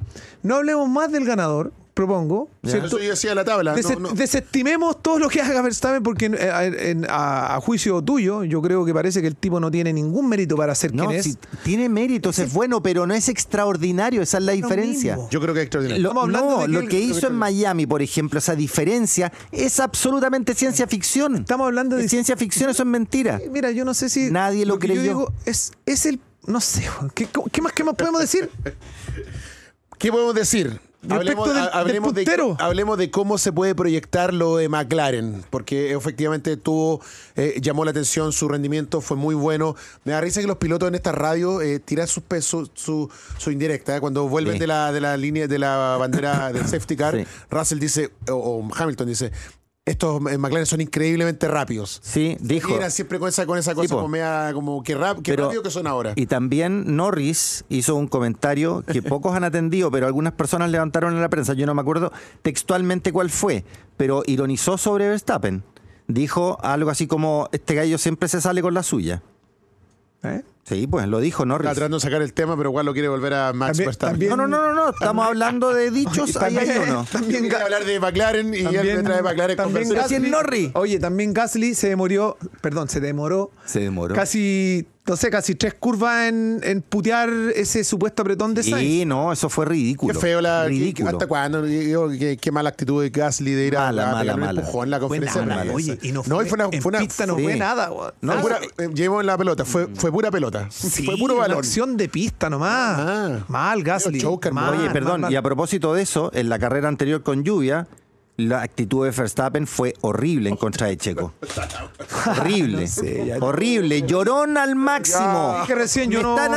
Speaker 4: No hablemos más del ganador, propongo. ¿cierto?
Speaker 2: Eso yo decía la tabla. no,
Speaker 4: Dese-
Speaker 2: no.
Speaker 4: Desestimemos todo lo que haga Verstappen porque en- eh, en- a, a juicio tuyo yo creo que parece que el tipo no tiene ningún mérito para ser
Speaker 3: No,
Speaker 4: quien
Speaker 3: si
Speaker 4: es.
Speaker 3: tiene méritos, es bueno, pero no es extraordinario, esa es la diferencia.
Speaker 4: mismo.
Speaker 2: Yo creo que es extraordinario.
Speaker 3: Lo,
Speaker 4: Estamos hablando
Speaker 3: no,
Speaker 4: de que
Speaker 3: lo
Speaker 4: el-
Speaker 3: que hizo en Miami, por ejemplo, esa diferencia es absolutamente ciencia ficción.
Speaker 4: Estamos hablando de-
Speaker 3: Es ciencia ficción, eso es mentira.
Speaker 4: Mira, yo no sé si
Speaker 3: Nadie lo
Speaker 4: que yo
Speaker 3: creyó.
Speaker 4: digo es, es el no sé, weón, ¿qué, cómo- qué más qué más podemos decir?
Speaker 2: ¿Qué podemos decir?
Speaker 4: Respecto
Speaker 2: Hablemos,
Speaker 4: del-
Speaker 2: ha-
Speaker 4: del
Speaker 2: hablemos de,
Speaker 4: puntero.
Speaker 2: hablemos de cómo se puede proyectar lo de McLaren, porque efectivamente tuvo, eh, llamó la atención, su rendimiento fue muy bueno. Me da risa que los pilotos en esta radio eh, tiran sus pesos, su, su indirecta. ¿eh? Cuando vuelven
Speaker 3: Sí.
Speaker 2: de, la, de la línea de la bandera del safety car,
Speaker 3: Sí.
Speaker 2: Russell dice, o, o Hamilton dice, estos eh, McLaren son increíblemente rápidos.
Speaker 3: Sí, dijo.
Speaker 2: Mira, siempre con esa, con esa cosa
Speaker 3: po.
Speaker 2: como, media- como que, rap, que
Speaker 3: Pero-
Speaker 2: rápido que son ahora.
Speaker 3: Y también Norris hizo un comentario que pocos han atendido, pero algunas personas levantaron en la prensa. Yo no me acuerdo textualmente cuál fue, pero ironizó sobre Verstappen. Dijo algo así como: Este gallo siempre se sale con la suya.
Speaker 4: ¿Eh?
Speaker 3: Sí, pues lo dijo
Speaker 2: Está
Speaker 3: Norris.
Speaker 2: tratando de sacar el tema, pero igual lo quiere volver a Max
Speaker 4: También-
Speaker 2: Verstappen.
Speaker 4: también-
Speaker 3: No, no, no, no, no, estamos hablando de dichos, ahí hay uno.
Speaker 2: También
Speaker 4: También
Speaker 2: quería hablar de McLaren y él me trae McLaren
Speaker 4: también
Speaker 2: conversación.
Speaker 3: Gasly- si es Norris.
Speaker 4: Oye, también Gasly se demoró, perdón, se demoró.
Speaker 3: Se demoró.
Speaker 4: Casi, no sé, casi tres curvas en, en putear ese supuesto apretón de Sainz.
Speaker 3: Sí, no, eso fue ridículo.
Speaker 2: Qué feo la. qué-
Speaker 3: ridículo.
Speaker 2: ¿Hasta cuándo? Digo, qué, qué mala actitud de Gasly de ir a-
Speaker 3: Mala,
Speaker 2: a
Speaker 3: mala,
Speaker 2: pegarle un
Speaker 3: mala.
Speaker 2: empujón en la conferencia de
Speaker 3: nada,
Speaker 2: prensa.
Speaker 4: oye, y no fue,
Speaker 2: y fue una.
Speaker 4: en
Speaker 2: Fue una
Speaker 4: pista no
Speaker 3: sí.
Speaker 4: fue nada, weón.
Speaker 2: no,
Speaker 4: Nada.
Speaker 2: fue una- eh, llevo en la pelota, fue,
Speaker 3: Mm.
Speaker 2: fue pura pelota.
Speaker 4: Sí,
Speaker 2: fue puro
Speaker 4: una
Speaker 2: balón.
Speaker 4: acción de pista nomás.
Speaker 2: Ah.
Speaker 4: mal, Gasly.
Speaker 2: Medio choker,
Speaker 4: mal,
Speaker 3: Oye,
Speaker 4: mal,
Speaker 3: perdón,
Speaker 4: mal.
Speaker 3: y a propósito de eso, en la carrera anterior con lluvia, la actitud de Verstappen fue horrible en contra de Checo. horrible. horrible. Llorón al máximo.
Speaker 4: Ya. Dije recién, yo
Speaker 3: me
Speaker 4: no-
Speaker 3: están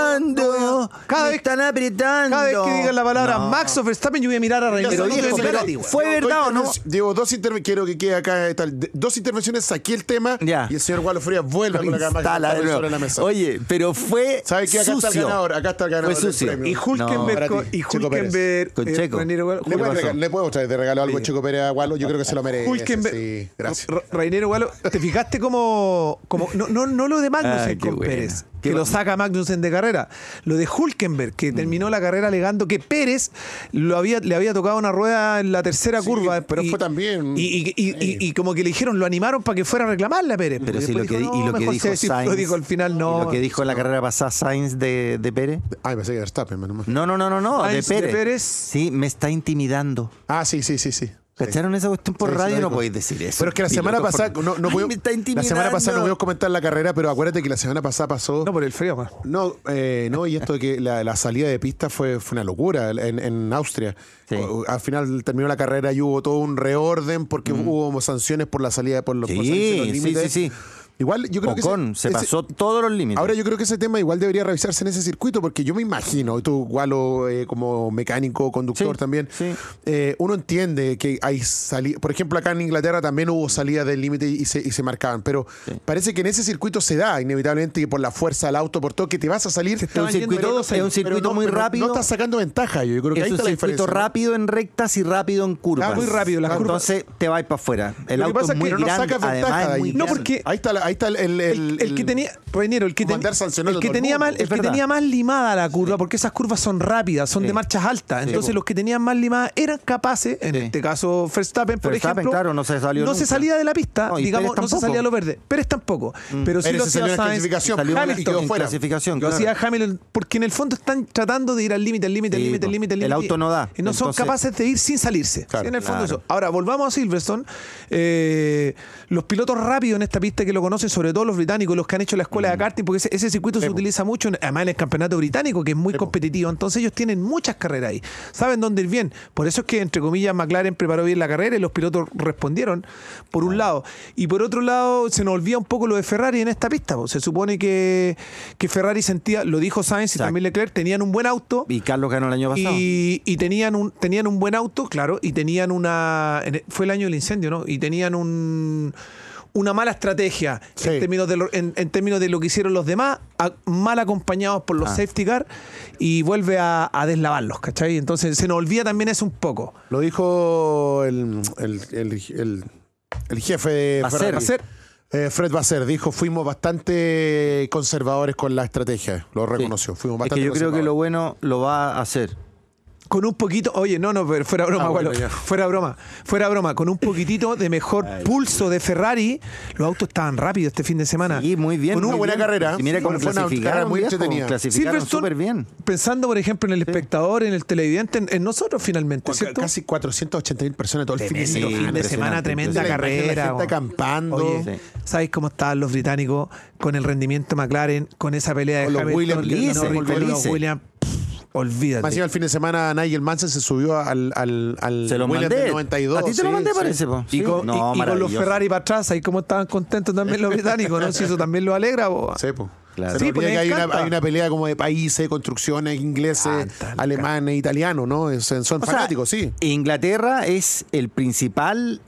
Speaker 3: apretando.
Speaker 4: Cada
Speaker 3: me
Speaker 4: vez-
Speaker 3: están apretando.
Speaker 4: Cada vez que digas la palabra
Speaker 3: No.
Speaker 4: Max o Verstappen, yo voy a mirar a Reiner.
Speaker 2: Pero,
Speaker 4: Yo te voy a
Speaker 2: viejo,
Speaker 4: mirar
Speaker 2: pero
Speaker 4: a ti, weón.
Speaker 3: fue
Speaker 2: Llevo
Speaker 3: verdad
Speaker 2: dos
Speaker 3: o no?
Speaker 2: interven- Llevo dos intervenciones, quiero que quede acá eh, tal. de- Dos intervenciones, saqué el tema
Speaker 3: Ya.
Speaker 2: y el señor Gualo Frías vuelve a
Speaker 3: Lo
Speaker 2: colocar Max
Speaker 3: instala de
Speaker 2: Verstappen
Speaker 3: nuevo.
Speaker 2: sobre la mesa.
Speaker 3: Oye, pero fue
Speaker 2: ¿Sabe qué? Acá
Speaker 3: sucio.
Speaker 2: está el ganador, acá está el ganador
Speaker 3: Fue
Speaker 2: del
Speaker 3: sucio.
Speaker 2: premio.
Speaker 4: Y Hulkenberg,
Speaker 2: No,
Speaker 4: con-
Speaker 2: para ti,
Speaker 4: y
Speaker 2: Checo Pérez.
Speaker 4: Hulkenberg
Speaker 3: Con
Speaker 4: eh,
Speaker 3: Checo.
Speaker 4: Reiner, Galo-
Speaker 2: ¿Le puedo,
Speaker 3: pasó?
Speaker 2: traer, ¿Le puedo traer de regalo algo,
Speaker 4: Sí.
Speaker 2: Chico Pérez, a Gualo? Yo creo que se lo merece.
Speaker 4: Hulkenberg.
Speaker 2: Sí, gracias.
Speaker 4: Ra- Rainero Gualo, ¿te fijaste como, como no, no, no lo de Magnussen
Speaker 3: Ay, qué
Speaker 4: con
Speaker 3: buena. Mm.
Speaker 4: Pérez,
Speaker 3: Qué
Speaker 4: que lo
Speaker 3: bueno.
Speaker 4: saca Magnussen de carrera? Lo de Hulkenberg, que terminó la carrera alegando que Pérez lo había, le había tocado una rueda en la tercera
Speaker 2: Sí,
Speaker 4: curva.
Speaker 2: pero fue también-
Speaker 4: Y, y- y-
Speaker 2: Sí.
Speaker 4: y- y como que le dijeron, lo animaron para que fuera a reclamarle a Pérez.
Speaker 3: Pero
Speaker 4: Y
Speaker 3: sí, lo
Speaker 4: después
Speaker 3: que, di- y
Speaker 4: "No,
Speaker 3: lo que
Speaker 4: mejor
Speaker 3: dijo
Speaker 4: se- sí,
Speaker 3: Sainz.
Speaker 4: Lo dijo al final, no.
Speaker 3: y lo que dijo en la carrera pasada Sainz de, de Pérez.
Speaker 2: Ay, pensé que Verstappen, menos mal.
Speaker 3: No, no, no, no, no, de
Speaker 4: Sainz de
Speaker 3: Pérez.
Speaker 4: Pérez.
Speaker 3: Sí, me está intimidando.
Speaker 2: Ah, sí, sí, sí, Este, sí.
Speaker 3: ¿Cacharon esa cuestión por
Speaker 2: Sí, sí,
Speaker 3: radio?
Speaker 2: lo
Speaker 3: No
Speaker 2: dijo.
Speaker 3: podéis decir eso.
Speaker 2: Pero es que la
Speaker 3: Piloto
Speaker 2: semana
Speaker 3: por-
Speaker 2: pasada no, no
Speaker 3: Ay,
Speaker 2: pudimos-
Speaker 3: me está
Speaker 2: la semana pasada no
Speaker 3: intimidando.
Speaker 2: pudimos comentar la carrera, pero acuérdate que la semana pasada pasó
Speaker 4: No, por el frío, pues". man.
Speaker 2: No, eh, no, y esto de que la, la salida de pista fue, fue una locura en, en Austria.
Speaker 3: Sí.
Speaker 2: O- Al final terminó la carrera y hubo todo un reorden porque hubo sanciones por la salida por los por
Speaker 3: Sí,
Speaker 2: salirse de los
Speaker 3: sí,
Speaker 2: límites.
Speaker 3: sí, sí.
Speaker 2: Igual yo creo que
Speaker 3: Ocon
Speaker 2: ese-
Speaker 3: se
Speaker 2: ese-
Speaker 3: pasó todos los límites.
Speaker 2: Ahora yo creo que ese tema igual debería revisarse en ese circuito, porque yo me imagino, y tú, Gualo, eh, como mecánico, conductor
Speaker 3: Sí,
Speaker 2: también,
Speaker 3: sí.
Speaker 2: eh, uno entiende que hay salidas. Por ejemplo, acá en Inglaterra también hubo salidas del límite y se, y se marcaban, pero parece que en ese circuito se da inevitablemente que por la fuerza del auto, por todo, que te vas a salir.
Speaker 3: Es un circuito, es un circuito
Speaker 2: Pero no-
Speaker 3: muy
Speaker 2: pero
Speaker 3: rápido.
Speaker 2: No estás sacando ventaja, yo creo que
Speaker 3: es
Speaker 2: ahí
Speaker 3: un
Speaker 2: está la
Speaker 3: circuito
Speaker 2: diferencia. ¿no?
Speaker 3: rápido en rectas y rápido en curvas.
Speaker 4: Ah, muy rápido, las curvas.
Speaker 3: Entonces te vas para afuera. El
Speaker 2: Lo que
Speaker 3: auto
Speaker 2: pasa
Speaker 3: es
Speaker 2: que
Speaker 3: muy
Speaker 2: no
Speaker 3: grande,
Speaker 2: sacas ventaja
Speaker 3: además
Speaker 2: de
Speaker 3: es muy
Speaker 2: ahí.
Speaker 4: No,
Speaker 3: grande.
Speaker 4: porque-
Speaker 2: Ahí está, la- ahí está el, el-
Speaker 4: El, el que tenía, Reinero, el que,
Speaker 2: Como
Speaker 4: ten-
Speaker 2: andar sancionando
Speaker 4: el que
Speaker 2: todo el
Speaker 4: tenía
Speaker 2: mundo.
Speaker 4: mal, el
Speaker 3: Es
Speaker 4: que
Speaker 3: verdad.
Speaker 4: tenía más limada la curva, porque esas curvas son rápidas, son
Speaker 3: Sí.
Speaker 4: de marchas altas.
Speaker 3: Sí,
Speaker 4: Entonces
Speaker 3: po.
Speaker 4: los que tenían más limada eran capaces, en
Speaker 3: Sí.
Speaker 4: este caso Verstappen, por
Speaker 3: Verstappen,
Speaker 4: ejemplo,
Speaker 3: claro, no se salió
Speaker 4: no se
Speaker 3: nunca.
Speaker 4: salía de la pista,
Speaker 3: No, y
Speaker 4: digamos,
Speaker 3: Pérez
Speaker 4: no se
Speaker 3: tampoco. Mm.
Speaker 4: salía a lo verde. Pérez tampoco, pero sí
Speaker 2: Pérez
Speaker 4: lo
Speaker 2: se salió
Speaker 4: hacía
Speaker 2: en
Speaker 4: Sainz,
Speaker 2: clasificación,
Speaker 3: salió
Speaker 2: Hamilton
Speaker 3: en
Speaker 2: quedó fuera.
Speaker 3: clasificación.
Speaker 4: lo
Speaker 3: claro.
Speaker 4: hacía Hamilton, porque en el fondo están tratando de ir al límite, al límite, al
Speaker 3: Sí,
Speaker 4: límite, al
Speaker 3: po.
Speaker 4: límite, al
Speaker 3: El
Speaker 4: límite.
Speaker 3: auto no da.
Speaker 4: Y no son
Speaker 3: Entonces-
Speaker 4: capaces de ir sin salirse.
Speaker 2: Claro,
Speaker 4: en el fondo
Speaker 3: claro.
Speaker 4: eso. Ahora, volvamos a Silverstone. Eh, los pilotos rápidos en esta pista que lo conocen, sobre todo los británicos, los que han hecho la escuela de karting, porque ese, ese circuito se
Speaker 2: Mm. po.
Speaker 4: utiliza mucho, en- además en el campeonato británico, que es muy
Speaker 2: Sí, po.
Speaker 4: competitivo. Entonces ellos tienen muchas carreras ahí. Saben dónde ir bien. Por eso es que, entre comillas, McLaren preparó bien la carrera y los pilotos respondieron, por un lado. Y por otro lado, se nos olvida un poco lo de Ferrari en esta pista. po. Se supone que, que Ferrari sentía, lo dijo Sainz y
Speaker 3: Exacto.
Speaker 4: también Leclerc, tenían un buen auto.
Speaker 3: Y Carlos ganó el año pasado.
Speaker 4: Y, y tenían un tenían un buen auto, claro, y tenían una en- fue el año del incendio, ¿no? Y tenían un una mala estrategia
Speaker 2: Sí.
Speaker 4: en, términos de lo, en, en términos de lo que hicieron los demás, a- mal acompañados por los
Speaker 3: Ah.
Speaker 4: safety car y vuelve a, a deslavarlos, ¿cachai? Entonces se nos olvida también eso un poco.
Speaker 2: Lo dijo el, el, el- el- el jefe de
Speaker 3: Basser.
Speaker 2: Ferrari.
Speaker 3: Basser.
Speaker 2: Eh, Fred Basser dijo, fuimos bastante conservadores con la estrategia. Lo reconoció. Fuimos
Speaker 3: Es
Speaker 2: bastante
Speaker 3: que yo creo que lo
Speaker 2: conservadores.
Speaker 3: bueno lo va a hacer.
Speaker 4: Con un poquito, oye, no, no, pero fuera broma,
Speaker 2: Ah, bueno,
Speaker 4: Gualo,
Speaker 2: ya.
Speaker 4: fuera broma, fuera broma, con un poquitito de mejor pulso de Ferrari, los autos estaban rápidos este fin de semana.
Speaker 3: Y muy bien.
Speaker 2: Ah. Con una
Speaker 3: muy
Speaker 2: buena
Speaker 3: bien.
Speaker 2: carrera.
Speaker 3: Y mira
Speaker 2: Sí,
Speaker 3: cómo
Speaker 2: fue una carrera
Speaker 3: clasificaron,
Speaker 2: muy
Speaker 3: viejo,
Speaker 2: entretenida.
Speaker 3: Clasificaron
Speaker 4: Silverstone,
Speaker 3: súper bien.
Speaker 4: Pensando, por ejemplo, en el espectador, en el televidente, en, en nosotros finalmente,
Speaker 2: Cu-
Speaker 4: ¿cierto?
Speaker 2: Casi 480 mil personas todo el fin de
Speaker 4: Tremendo
Speaker 2: semana.
Speaker 4: fin de semana,
Speaker 3: impresionante,
Speaker 4: tremenda
Speaker 2: La imagen de la
Speaker 4: carrera.
Speaker 2: gente
Speaker 4: weón.
Speaker 2: acampando.
Speaker 4: Oye,
Speaker 3: Sí.
Speaker 4: ¿sabéis cómo estaban los británicos con el rendimiento McLaren, con esa pelea de
Speaker 2: Con los
Speaker 4: Hamilton,
Speaker 2: Williams,
Speaker 4: Lewis
Speaker 3: Lice,
Speaker 4: Norris,
Speaker 3: volvieron
Speaker 4: con
Speaker 3: Lice.
Speaker 4: los Williams? Pff, Olvídate.
Speaker 2: Más encima, el fin de semana Nigel Manson se subió al, al, al
Speaker 3: Se lo
Speaker 2: Williams
Speaker 3: mandé.
Speaker 2: del 92.
Speaker 3: A ti te lo
Speaker 2: sí,
Speaker 3: mandé,
Speaker 2: sí.
Speaker 3: parece, po.
Speaker 4: Y,
Speaker 3: Sí.
Speaker 4: con, y- y
Speaker 3: No,
Speaker 4: con los
Speaker 3: maravilloso.
Speaker 4: Ferrari para atrás, ahí cómo estaban contentos también los británicos, ¿no? Si eso también lo alegra, bo.
Speaker 2: Sí, po.
Speaker 3: Claro.
Speaker 2: Se
Speaker 4: Sí,
Speaker 2: nos
Speaker 4: pues,
Speaker 2: olvida que
Speaker 4: me
Speaker 2: hay una,
Speaker 4: encanta.
Speaker 2: hay una pelea como de países, construcciones, ingleses,
Speaker 4: Encanta, me
Speaker 2: alemanes, italianos, ¿no? Es- Son
Speaker 3: O sea,
Speaker 2: fanáticos, sí.
Speaker 3: Inglaterra es el principal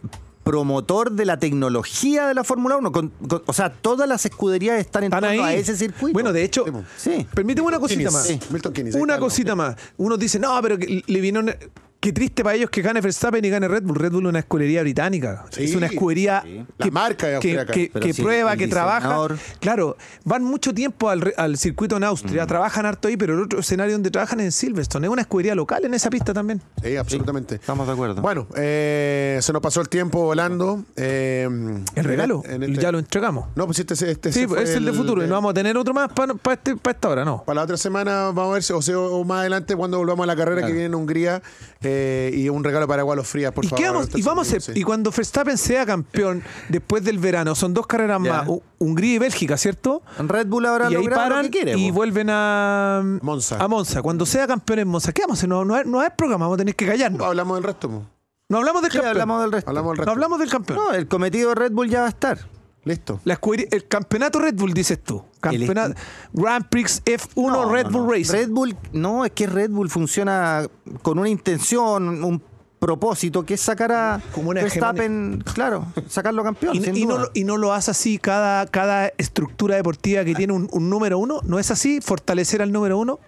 Speaker 3: promotor de la tecnología de la Fórmula 1. Con- con- o sea, todas las escuderías están en
Speaker 4: Están
Speaker 3: torno
Speaker 4: ahí.
Speaker 3: a ese circuito.
Speaker 4: Bueno, de hecho,
Speaker 2: Sí, po.
Speaker 3: Sí.
Speaker 4: permíteme una cosita
Speaker 2: Keynes,
Speaker 4: más.
Speaker 2: sí. Milton Keynes, ahí
Speaker 4: Una
Speaker 2: está, ¿no?
Speaker 4: cosita más. Uno dice, no, pero que le vino. una- Qué triste para ellos que gane Verstappen y gane Red Bull. Red Bull es una escudería británica.
Speaker 2: Sí.
Speaker 4: es una escudería
Speaker 3: Sí.
Speaker 2: La marca de
Speaker 4: que,
Speaker 2: Austriaca.
Speaker 4: que-
Speaker 3: Pero
Speaker 4: que
Speaker 3: sí,
Speaker 4: prueba,
Speaker 3: el
Speaker 4: que trabaja.
Speaker 3: diseñador.
Speaker 4: Claro, van mucho tiempo al, re- al circuito en Austria,
Speaker 2: Mm.
Speaker 4: trabajan harto ahí, pero el otro escenario donde trabajan es en Silverstone. Es una escudería local en esa pista también.
Speaker 2: Sí, absolutamente.
Speaker 3: Estamos de acuerdo.
Speaker 2: Bueno, eh, se nos pasó el tiempo volando. eh,
Speaker 4: El regalo,
Speaker 2: en- en este-
Speaker 4: ya lo entregamos.
Speaker 2: No, pues este, este, este
Speaker 4: Sí,
Speaker 2: fue
Speaker 4: es el de futuro. y
Speaker 2: el-
Speaker 4: no vamos a tener otro más para este, pa esta hora, no.
Speaker 2: Para la otra semana vamos a ver, si- o sea, o más adelante cuando volvamos a la carrera que viene en Hungría eh, y un regalo para Gualos Frías, por
Speaker 4: ¿Y,
Speaker 2: favor.
Speaker 4: qué vamos, y vamos a hacer- y cuando Verstappen sea campeón después del verano, son dos carreras
Speaker 3: Ya.
Speaker 4: más, Hu- Hungría y Bélgica, ¿cierto?
Speaker 3: Red Bull ahora
Speaker 4: y ahí
Speaker 3: logra
Speaker 4: paran
Speaker 3: lo que quiere.
Speaker 4: y
Speaker 3: po.
Speaker 4: vuelven a
Speaker 2: Monza.
Speaker 4: A Monza. Cuando sea campeón en Monza, ¿qué vamos a hacer? No, no, hay- no hay programa, vamos a tener que callarnos.
Speaker 2: Hablamos del resto. pues. mo.
Speaker 4: No hablamos del
Speaker 3: Sí,
Speaker 4: campeón.
Speaker 3: hablamos del resto.
Speaker 2: Hablamos del
Speaker 4: No
Speaker 2: resto.
Speaker 4: hablamos del campeón.
Speaker 3: No, el cometido de Red Bull ya va a estar.
Speaker 2: Listo.
Speaker 4: La escudería- el campeonato Red Bull, dices tú.
Speaker 3: El-
Speaker 4: Campeonato Grand Prix F1
Speaker 3: No,
Speaker 4: Red
Speaker 3: no,
Speaker 4: Bull
Speaker 3: no.
Speaker 4: Racing.
Speaker 3: Red Bull, no, es que Red Bull funciona con una intención, un propósito, que es sacar a
Speaker 4: Como una
Speaker 3: Verstappen, claro, sacarlo campeón.
Speaker 4: Y,
Speaker 3: sin
Speaker 4: y no,
Speaker 3: duda.
Speaker 4: lo- y no lo hace así cada, cada estructura deportiva
Speaker 3: Ah.
Speaker 4: que tiene un, un número uno. ¿No es así fortalecer al número uno?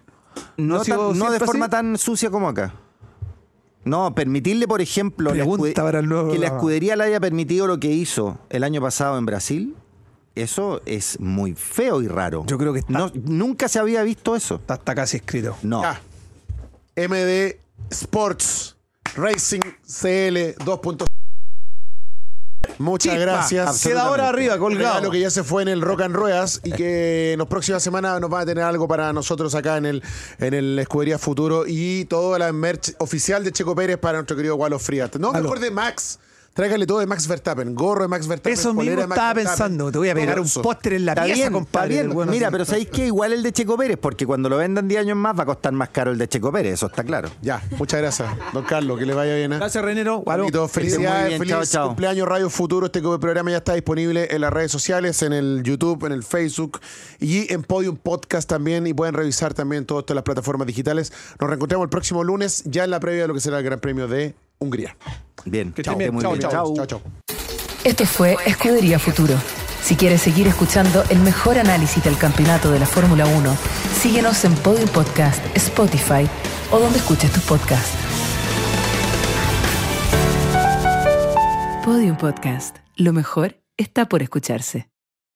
Speaker 3: No,
Speaker 4: ¿No ha sido
Speaker 3: tan- no de
Speaker 4: siempre
Speaker 3: forma
Speaker 4: así?
Speaker 3: tan sucia como acá. No, permitirle, por ejemplo, la
Speaker 4: Pregunta
Speaker 3: escude-
Speaker 4: para el nuevo
Speaker 3: que la
Speaker 4: programa.
Speaker 3: escudería le haya permitido lo que hizo el año pasado en Brasil, eso es muy feo y raro.
Speaker 4: Yo creo que está-
Speaker 3: No, nunca se había visto eso.
Speaker 4: Está, está casi escrito.
Speaker 3: No.
Speaker 2: Ya. MD Sports Racing CL 2.0. Muchas
Speaker 4: Chispa.
Speaker 2: gracias.
Speaker 4: Queda ahora arriba, colgado.
Speaker 2: Lo que ya se fue en el Rock and Ruedas y que en las próximas semanas nos va a tener algo para nosotros acá en el en el Escudería Futuro y toda la merch oficial de Checo Pérez para nuestro querido Gualo Frías. No,
Speaker 4: Aló.
Speaker 2: mejor de Max. Tráigale todo de Max Verstappen, gorro de Max Verstappen.
Speaker 4: Eso
Speaker 2: polera
Speaker 4: mismo
Speaker 2: de Max
Speaker 4: estaba
Speaker 2: Verstappen,
Speaker 4: pensando. Te voy a
Speaker 2: todo
Speaker 4: pegar un
Speaker 2: eso.
Speaker 4: póster en la
Speaker 3: Está
Speaker 4: pieza,
Speaker 3: bien,
Speaker 4: compadre.
Speaker 3: está bien.
Speaker 4: del bueno,
Speaker 3: Mira,
Speaker 4: así.
Speaker 3: pero ¿sabéis qué? Igual el de Checo Pérez, porque cuando lo vendan 10 años más va a costar más caro el de Checo Pérez, eso está claro.
Speaker 2: Ya, muchas gracias, don Carlos, que le vaya bien. ¿eh?
Speaker 4: Gracias, Renero. Gualo.
Speaker 2: Amiguitos, felicidades,
Speaker 3: muy bien,
Speaker 2: feliz
Speaker 3: chao, chao.
Speaker 2: cumpleaños Radio Futuro. Este programa ya está disponible en las redes sociales, en el YouTube, en el Facebook y en Podium Podcast también. Y pueden revisar también todo esto en las plataformas digitales. Nos reencontramos el próximo lunes, ya en la previa de lo que será el Gran Premio de Hungría.
Speaker 3: Bien,
Speaker 4: Que
Speaker 3: chao,
Speaker 4: estén bien.
Speaker 3: que muy
Speaker 4: Chao,
Speaker 3: bien.
Speaker 2: chao, chao. chao.
Speaker 1: Esto fue Escudería Futuro. Si quieres seguir escuchando el mejor análisis del campeonato de la Fórmula 1, síguenos en Podium Podcast, Spotify o donde escuches tus podcasts. Podium Podcast. Lo mejor está por escucharse.